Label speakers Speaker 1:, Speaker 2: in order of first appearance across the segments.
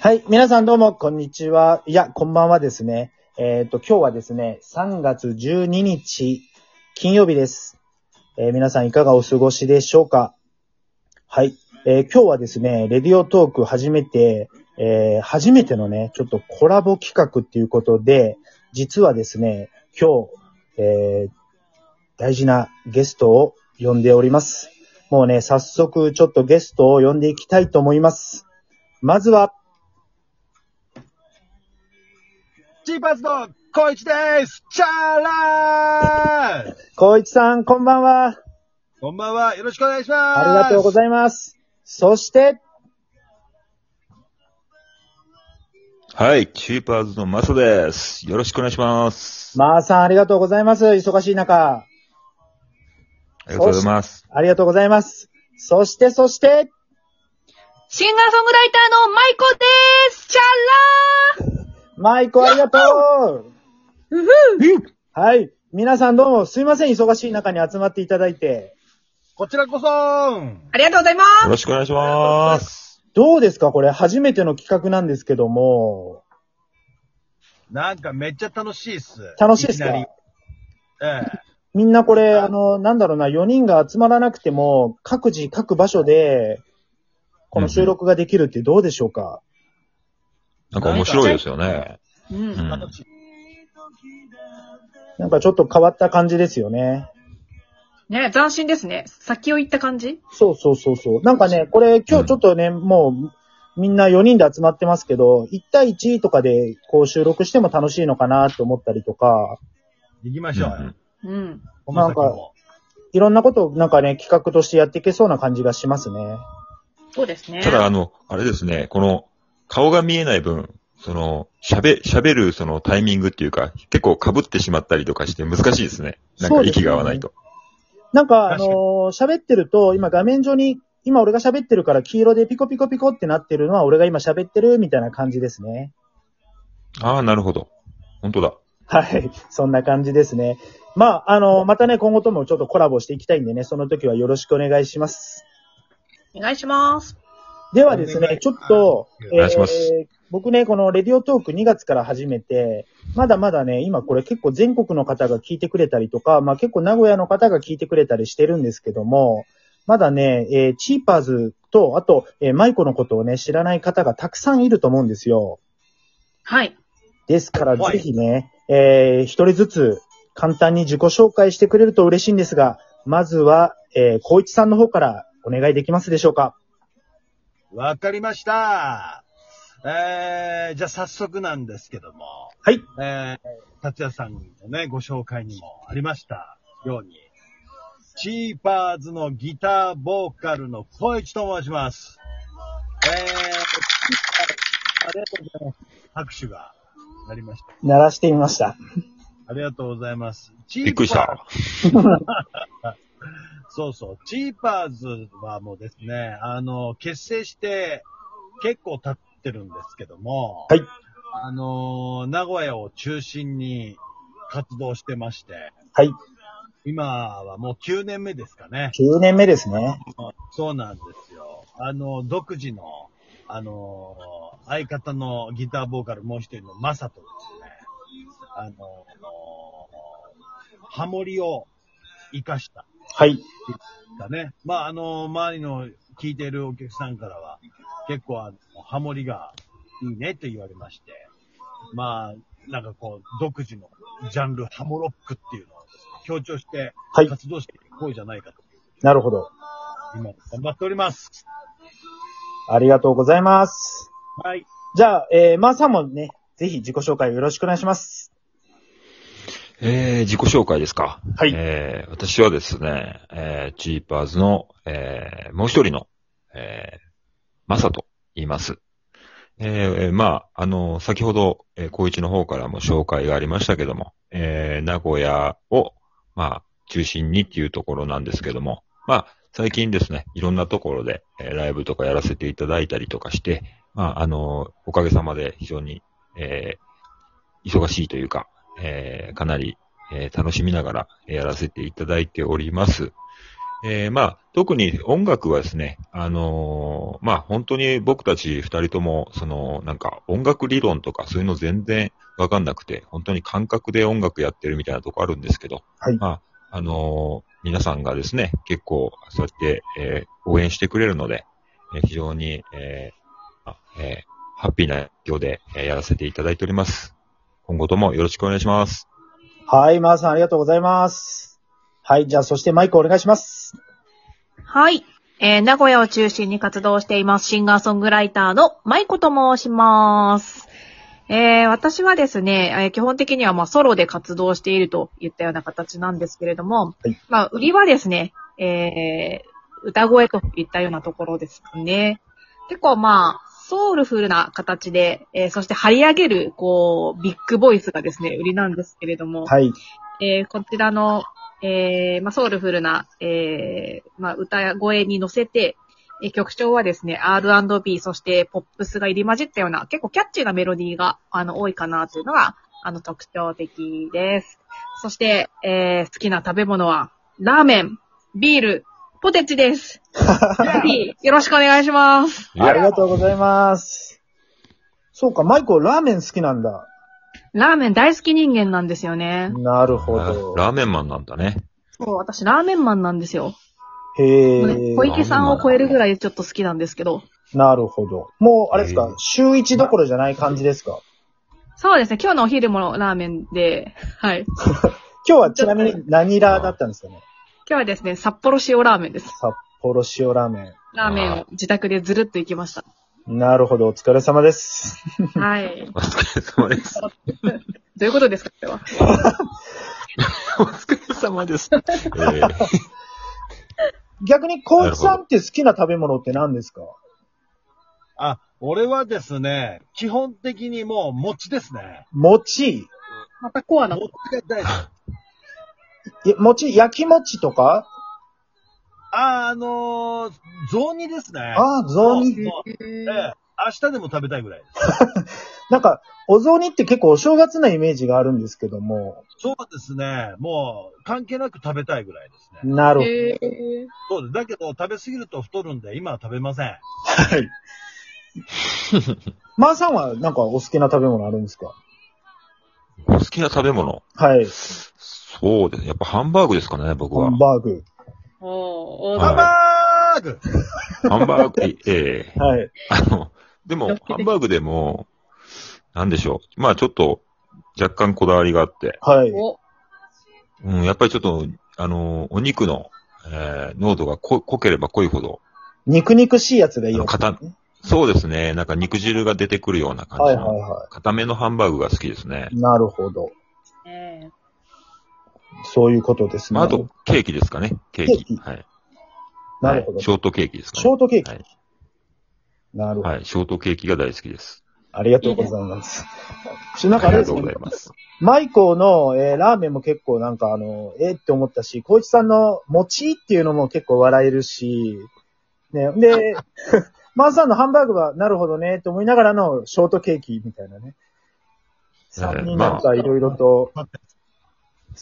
Speaker 1: はい。皆さんどうも、こんにちは。いや、こんばんはですね。えっ、と、今日はですね、3月12日、金曜日です。えー皆さんいかがお過ごしでしょうかはい。えー今日はですね、レディオトーク初めて、えー初めてのね、ちょっとコラボ企画っていうことで、実はですね、今日、えー大事なゲストを呼んでおります。もうね、早速ちょっとゲストを呼んでいきたいと思います。まずは、
Speaker 2: チーパーズのコイチですチャラー
Speaker 1: 光一さん、こんばんは。
Speaker 2: こんばんは、よろしくお願いします
Speaker 1: ありがとうご
Speaker 2: い
Speaker 1: ざいます。そして、
Speaker 3: はい、チーパーズのマサです。よろしくお願いします。
Speaker 1: まーさん、ありがとうございます。忙しい中。
Speaker 3: ありがとうございます。
Speaker 1: ありがとうございます。そして、そして、
Speaker 4: シンガーソングライターのマイコですチャ
Speaker 1: マイコありがとうはい。皆さんどうもすいません。忙しい中に集まっていただいて。
Speaker 2: こちらこそは
Speaker 4: ラありがとうございま
Speaker 3: よろしくお願いします。
Speaker 1: どうですかこれ、初めての企画なんですけども。
Speaker 2: なんかめっちゃ楽しいっす。
Speaker 1: 楽しいですか
Speaker 2: きなりえ
Speaker 1: みんなこれ、あの、なんだろうな、4人が集まらなくても、各自、各場所で、この収録ができるってどうでしょうか、
Speaker 3: なんか面白いですよね。
Speaker 4: う。
Speaker 3: うん
Speaker 2: え
Speaker 3: ん。
Speaker 2: 楽しい。
Speaker 1: なんかちょっと変わった感じですよね。
Speaker 4: ね斬新ですね。先を行った感じ
Speaker 1: そうそうそうそう。なんかね、これ今日ちょっとね、もうみんな4人で集まってますけど、1対1とかでこう収録しても楽しいのかなと思ったりとか、
Speaker 2: 行きま
Speaker 3: う
Speaker 2: しょうよ。
Speaker 3: ん
Speaker 4: うん。
Speaker 2: この先も。
Speaker 1: いろんなことをなんかね、企画としてやっていけそうな感じがしますね。
Speaker 4: そうですね。
Speaker 3: ただ、あの、あれですね、この、顔が見えない分、その、喋、喋るそのタイミングっていうか、結構被ってしまったりとかして難しいですね。なん
Speaker 1: そ
Speaker 3: か
Speaker 1: うですね
Speaker 3: 息が合わないと。
Speaker 1: なんか、あ
Speaker 2: 確
Speaker 1: の
Speaker 2: かに
Speaker 1: ー喋ってると、今画面上に、今俺が喋ってるから黄色でピコピコピコってなってるのは俺が今喋ってるみたいな感じですね。
Speaker 3: ああ、なるほど。本当だ。
Speaker 1: はい。そんな感じですね。まあ、あのーまたね、今後ともちょっとコラボしていきたいんでね、その時はよろしくお願いします。
Speaker 4: お願いします。
Speaker 1: ではです
Speaker 2: お願
Speaker 1: ね、
Speaker 2: い
Speaker 1: ちょっと、
Speaker 2: お
Speaker 3: 願いします
Speaker 1: ー僕ね、このレディオトーク2月から始めて、まだまだね、今これ結構全国の方が聞いてくれたりとか、まあ結構名古屋の方が聞いてくれたりしてるんですけども、まだね、えーチーパーズと、あと、えーマイコのことをね、知らない方がたくさんいると思うんですよ。
Speaker 4: はい。
Speaker 1: ですから、
Speaker 2: は
Speaker 1: ぜ
Speaker 2: い
Speaker 1: ひね、えー一人ずつ簡単に自己紹介してくれると嬉しいんですが、まずは、えー、光一さんの方からお願いできますでしょうか
Speaker 2: わかりました。えー、じゃあ早速なんですけども。
Speaker 1: はい。
Speaker 2: えー、達也さんのね、ご紹介にもありましたように。チーパーズのギターボーカルの小市と申します。えー、チーパーズありがとうございます。拍手がなりました。
Speaker 1: 鳴らしてみました。
Speaker 2: ありがとうございます。チーパー
Speaker 3: びっくりした。
Speaker 2: そうそう。チーパーズはもうですね、あの、結成して結構経ってるんですけども、
Speaker 1: はい。
Speaker 2: あの、名古屋を中心に活動してまして、
Speaker 1: はい。
Speaker 2: 今はもう9年目ですかね。
Speaker 1: 9年目ですね。
Speaker 2: そうなんですよ。あの、独自の、あの、相方のギターボーカルもう一人のマサとですね、あの、ハモリを活かした
Speaker 1: はい。
Speaker 2: だね。まあ、あの、周りの聞いてるお客さんからは、結構あの、ハモリがいいねと言われまして、まあ、なんかこう、独自のジャンル、ハモロックっていうのを強調して、
Speaker 1: はい
Speaker 2: 活動していこうじゃないかと、
Speaker 1: なるほど。
Speaker 2: 今、頑張っております。
Speaker 1: ありがとうございます。
Speaker 2: はい。
Speaker 1: じゃあ、えー、まーさんもね、ぜひ自己紹介よろしくお願いします。
Speaker 3: えー、自己紹介ですか。
Speaker 1: はい
Speaker 3: えー、私はですね、えー、チーパーズの、えー、もう一人の、えー、マサと言います。えーえー、まあ、あの、先ほど、えー、高一の方からも紹介がありましたけども、えー、名古屋を、まあ、中心にっていうところなんですけども、まあ、最近ですね、いろんなところで、えー、ライブとかやらせていただいたりとかして、まあ、あの、おかげさまで非常に、えー、忙しいというか、えー、かなりえー楽しみながらえーやらせていただいております。えーまあ、特に音楽はですね、あのーまあ、本当に僕たち二人とも、その、なんか音楽理論とかそういうの全然わかんなくて、本当に感覚で音楽やってるみたいなとこあるんですけど、
Speaker 1: はい
Speaker 3: まあ、あのー皆さんがですね、結構そうやって、えー応援してくれるので、えー非常に、えーあえーハッピーな業で、えーやらせていただいております。今後ともよろしくお願いします。
Speaker 1: はい、マーさんありがとうございます。はい、じゃあそしてマイクお願いします。
Speaker 4: はい。えー名古屋を中心に活動しています、シンガーソングライターの舞子と申します。えー私はですね、えー基本的にはまあソロで活動しているといったような形なんですけれども、
Speaker 1: はい
Speaker 4: まあ売りはですね、えー歌声といったようなところですね。結構まあ、ソウルフルな形で、えーそして張り上げる、こう、ビッグボイスがですね、売りなんですけれども、
Speaker 1: はい、
Speaker 4: えーこちらの、えーまあ、ソウルフルな、えーまあ、歌声に乗せて、えー曲調はですね、R&B、そしてポップスが入り混じったような、結構キャッチーなメロディーが、あの、多いかなというのが、あの、特徴的です。そして、えー好きな食べ物は、ラーメン、ビール、ポテチです。ぜひよろしくお願いします。
Speaker 1: ありがとうございます。そうか、マイクラーメン好きなんだ。
Speaker 4: ラーメン大好き人間なんですよね。
Speaker 1: なるほ
Speaker 3: ラ
Speaker 1: ど。
Speaker 3: ラーメンマンなんだね。
Speaker 4: そう、私ラーメンマンなんですよ。
Speaker 1: へ
Speaker 4: もう
Speaker 1: え
Speaker 4: ね。小池さんを超えるぐらいちょっと好きなんですけど。
Speaker 1: なるほど。もう、あれです
Speaker 3: えー
Speaker 1: か、週一どころじゃない感じですか
Speaker 4: そうですね。今日のお昼もラーメンで、はい。今
Speaker 1: 今日はちなみに何ラーだったんですかね
Speaker 4: 日はですね、札幌塩ラーメンです。
Speaker 1: 札幌塩ラーメ
Speaker 4: ラーメンを自宅でずるっと行きま した。
Speaker 1: ン。なるほど、お疲れ様です。
Speaker 4: はい。
Speaker 3: お疲れ様です。
Speaker 4: どういうことですかこれは。
Speaker 3: お疲れ様です。えー
Speaker 1: 逆に、コウチさんって好きな食べ物って何ですか
Speaker 2: あ、俺はですね、基本的にもう餅ですね。
Speaker 1: 餅。
Speaker 4: またコアな。
Speaker 2: 餅が大好き。
Speaker 1: え餅、焼き餅とか
Speaker 2: あ、あのー、雑煮ですね。
Speaker 1: ああ、雑
Speaker 2: もう
Speaker 1: 煮。
Speaker 2: もうええ明日でも食べたいぐらいです。
Speaker 1: なんか、お雑煮って結構お正月なイメージがあるんですけども。
Speaker 2: そうですね。もう、関係なく食べたいぐらいですね。
Speaker 1: なるほど。
Speaker 4: へー
Speaker 2: そうです。だけど、食べ過ぎると太るんで、今は食べません。
Speaker 1: はい。まーさんはなんかお好きな食べ物あるんですか
Speaker 3: お好きな食べ物
Speaker 1: はい。
Speaker 3: そうですね。やっぱハンバーグですかね、僕
Speaker 1: ハ
Speaker 3: は
Speaker 1: ン。バーグ。
Speaker 4: おーお
Speaker 3: は
Speaker 2: ハンバー
Speaker 3: い
Speaker 4: ー
Speaker 2: グ
Speaker 3: ハ ンバーグ、ええ
Speaker 1: はい。
Speaker 3: あの、でも
Speaker 4: やっ、てて
Speaker 3: ハンバーグでも、なんでしょう。まあちょっと、若干こだわりがあって、
Speaker 1: はい。
Speaker 4: お
Speaker 3: うん、やっぱりちょっと、あの、お肉の、えー濃度が濃濃ければ濃いほど、
Speaker 1: 肉肉しいやつがいい
Speaker 3: あ
Speaker 1: よ、
Speaker 3: の硬そうですね、なんか肉汁が出てくるような感
Speaker 1: は
Speaker 3: じ
Speaker 1: いはい
Speaker 3: の、
Speaker 1: は
Speaker 3: 硬めのハンバーグが好きですね。
Speaker 1: い。なるほど。
Speaker 4: え
Speaker 1: そういうことですね。
Speaker 3: まあ、あと、ケーキですかね、ケー
Speaker 1: ケー
Speaker 3: キ。
Speaker 1: キ
Speaker 3: はい。
Speaker 1: なるほ
Speaker 3: はい
Speaker 1: ど。
Speaker 3: ショートケーキですかね。
Speaker 1: ショートケーキ
Speaker 3: はい
Speaker 1: なるほど。
Speaker 3: はい、ショートケーキが大好きです。
Speaker 1: ありがとうございます。ちょなんか
Speaker 3: あ
Speaker 1: あ
Speaker 3: り
Speaker 1: れ
Speaker 3: が
Speaker 1: です
Speaker 3: とうござ
Speaker 1: ね
Speaker 3: い、ます。
Speaker 1: マイコの、えーラーメンも結構なんかあの、えーって思ったし、コウイチさんの餅っていうのも結構笑えるし、ね、 で、マンさんのハンバーグはなるほどねって思いながらのショートケーキみたいなね。
Speaker 3: えー
Speaker 1: 3人なんかいろいろと好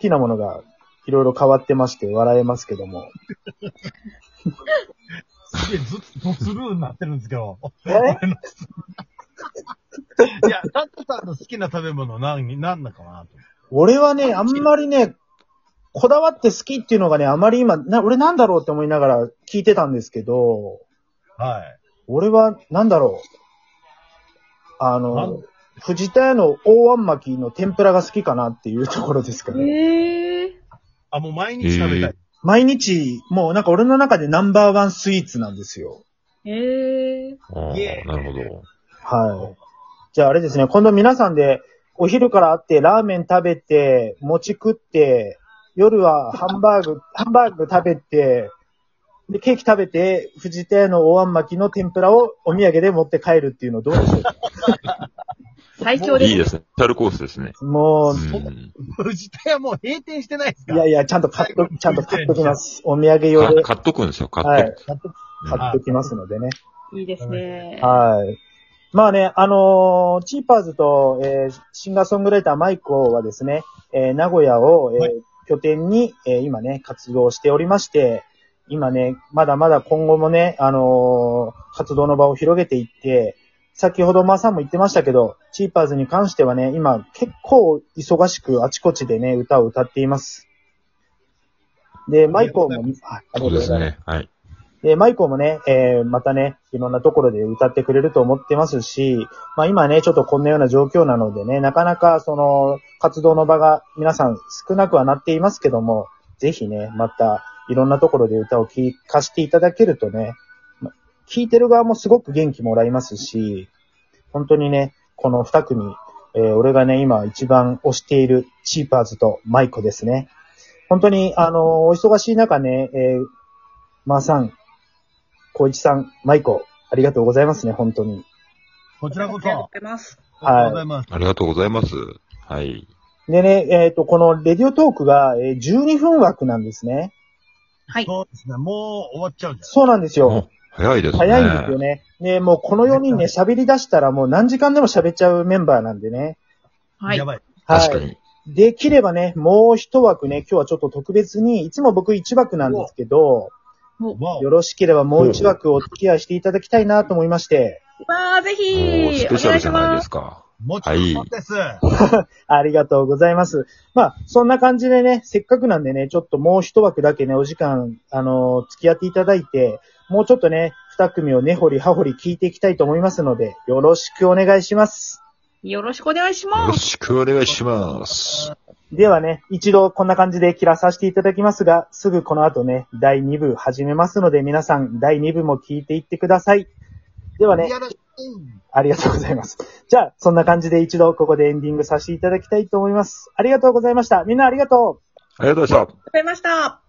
Speaker 1: きなものがいろいろ変わってまして笑えますけども。
Speaker 2: すげえ、ずっとスルーになってるんですけど。
Speaker 1: え
Speaker 2: いや、タッタさんの好きな食べ物何、何だかなと。
Speaker 1: 俺はね、あんまりね、こだわって好きっていうのがね、あまり今、な、俺なんだろうって思いながら聞いてたんですけど、
Speaker 2: はい。
Speaker 1: 俺はなんだろう。あ
Speaker 2: なん
Speaker 1: の、藤田屋の大あん巻きの天ぷらが好きかなっていうところですか
Speaker 4: ー、
Speaker 1: ね。
Speaker 4: えー、
Speaker 2: あ、もう毎日食べたい。
Speaker 1: 毎日、もうなんか俺の中でナンバーワンスイーツなんですよ。
Speaker 4: えー、
Speaker 3: あ
Speaker 2: イエー
Speaker 3: ー
Speaker 2: イ
Speaker 3: なるほど。
Speaker 1: はい。じゃああれですね、今度皆さんでお昼から会ってラーメン食べて、餅食って、夜はハンバーグ、 ハンバーグ食べて、で、ケーキ食べて、藤田屋の大あん巻きの天ぷらをお土産で持って帰るっていうのどうでしょうか
Speaker 4: 最強で
Speaker 3: い
Speaker 4: す。
Speaker 3: いですね。タルコースですね。
Speaker 1: もう
Speaker 3: う、
Speaker 2: そ
Speaker 3: ん。
Speaker 2: 藤田屋もう閉店してないですか
Speaker 1: いやいや、ちゃんと買っと、ちゃんと買っときます。お土産用で
Speaker 3: か買っとくんですよ、買
Speaker 1: は
Speaker 3: っ
Speaker 1: い
Speaker 3: とく。
Speaker 1: 買っときますのでね。
Speaker 4: いいですね。
Speaker 1: はい。まあね、あのーチーパーズと、えーシンガーソングライターマイコはですね、えー名古屋を、えー
Speaker 2: はい
Speaker 1: 拠点に、えー今ね、活動しておりまして、今ね、まだまだ今後もね、あのー活動の場を広げていって、先ほどマーさんも言ってましたけど、チーパーズに関してはね、今結構忙しくあちこちでね、歌を歌っています。で、マイコーも、はいあり
Speaker 3: そうです。ね。はい。
Speaker 1: で、マイコもね、えーまたね、いろんなところで歌ってくれると思ってますし、まあ今ね、ちょっとこんなような状況なのでね、なかなかその、活動の場が皆さん少なくはなっていますけども、ぜひね、また、いろんなところで歌を聴かせていただけるとね、ま聴いてる側もすごく元気もらいますし、本当にね、この二組、えー俺がね、今一番推しているチーパーズとマイコですね。本当に、あのーお忙しい中ね、えーまーさん、小一さん、マイコ、ありがとうございますね、本当に。
Speaker 2: こちらこそ、
Speaker 4: ありがとう
Speaker 2: あ
Speaker 4: ございます。
Speaker 2: りがとうございます。
Speaker 3: ありがとうございます。はい。
Speaker 1: でね、えっ、と、このレディオトークが、えー12分枠なんですね。
Speaker 4: はい。
Speaker 2: そうですね、もう終わっちゃうんです。
Speaker 1: そうなんですよ。
Speaker 3: お早いですね。
Speaker 1: 早いんですよね。で、もうこの4人ね、喋り出したらもう何時間でも喋っちゃうメンバーなんでね。
Speaker 4: はい
Speaker 2: や。ばい。
Speaker 1: はい。
Speaker 3: 確かに。
Speaker 1: できればね、もう一枠ね、今日はちょっと特別に、いつも僕一枠なんですけど、
Speaker 2: わお
Speaker 1: よろしければもう一枠お付き合いしていただきたいなと思いまして、
Speaker 4: わー、ぜ
Speaker 3: おー
Speaker 4: ひ
Speaker 3: スペシャルじゃないです
Speaker 4: か。
Speaker 3: か。
Speaker 2: もちろんです。
Speaker 1: ありがとうございます。まあ、そんな感じでね、せっかくなんでね、ちょっともう一枠だけね、お時間、あのー付き合っていただいて、もうちょっとね、二組を根掘り葉掘り聞いていきたいと思いますので、よろしくお願いします。
Speaker 4: よろしくお願いし
Speaker 3: よ
Speaker 4: ま
Speaker 3: ろ
Speaker 4: す。
Speaker 3: しくお願いします。
Speaker 1: ではね、一度こんな感じで切らさせていただきますが、すぐこの後ね、第2部始めますので、皆さん第2部も聞いていってください。ではね、
Speaker 2: よろしく
Speaker 1: ありがとうございます。じゃあ、そんな感じで一度ここでエンディングさせていただきたいと思います。ありがとうございました。みんなありがとう
Speaker 3: ありがとうございました。
Speaker 4: ありがとうございました。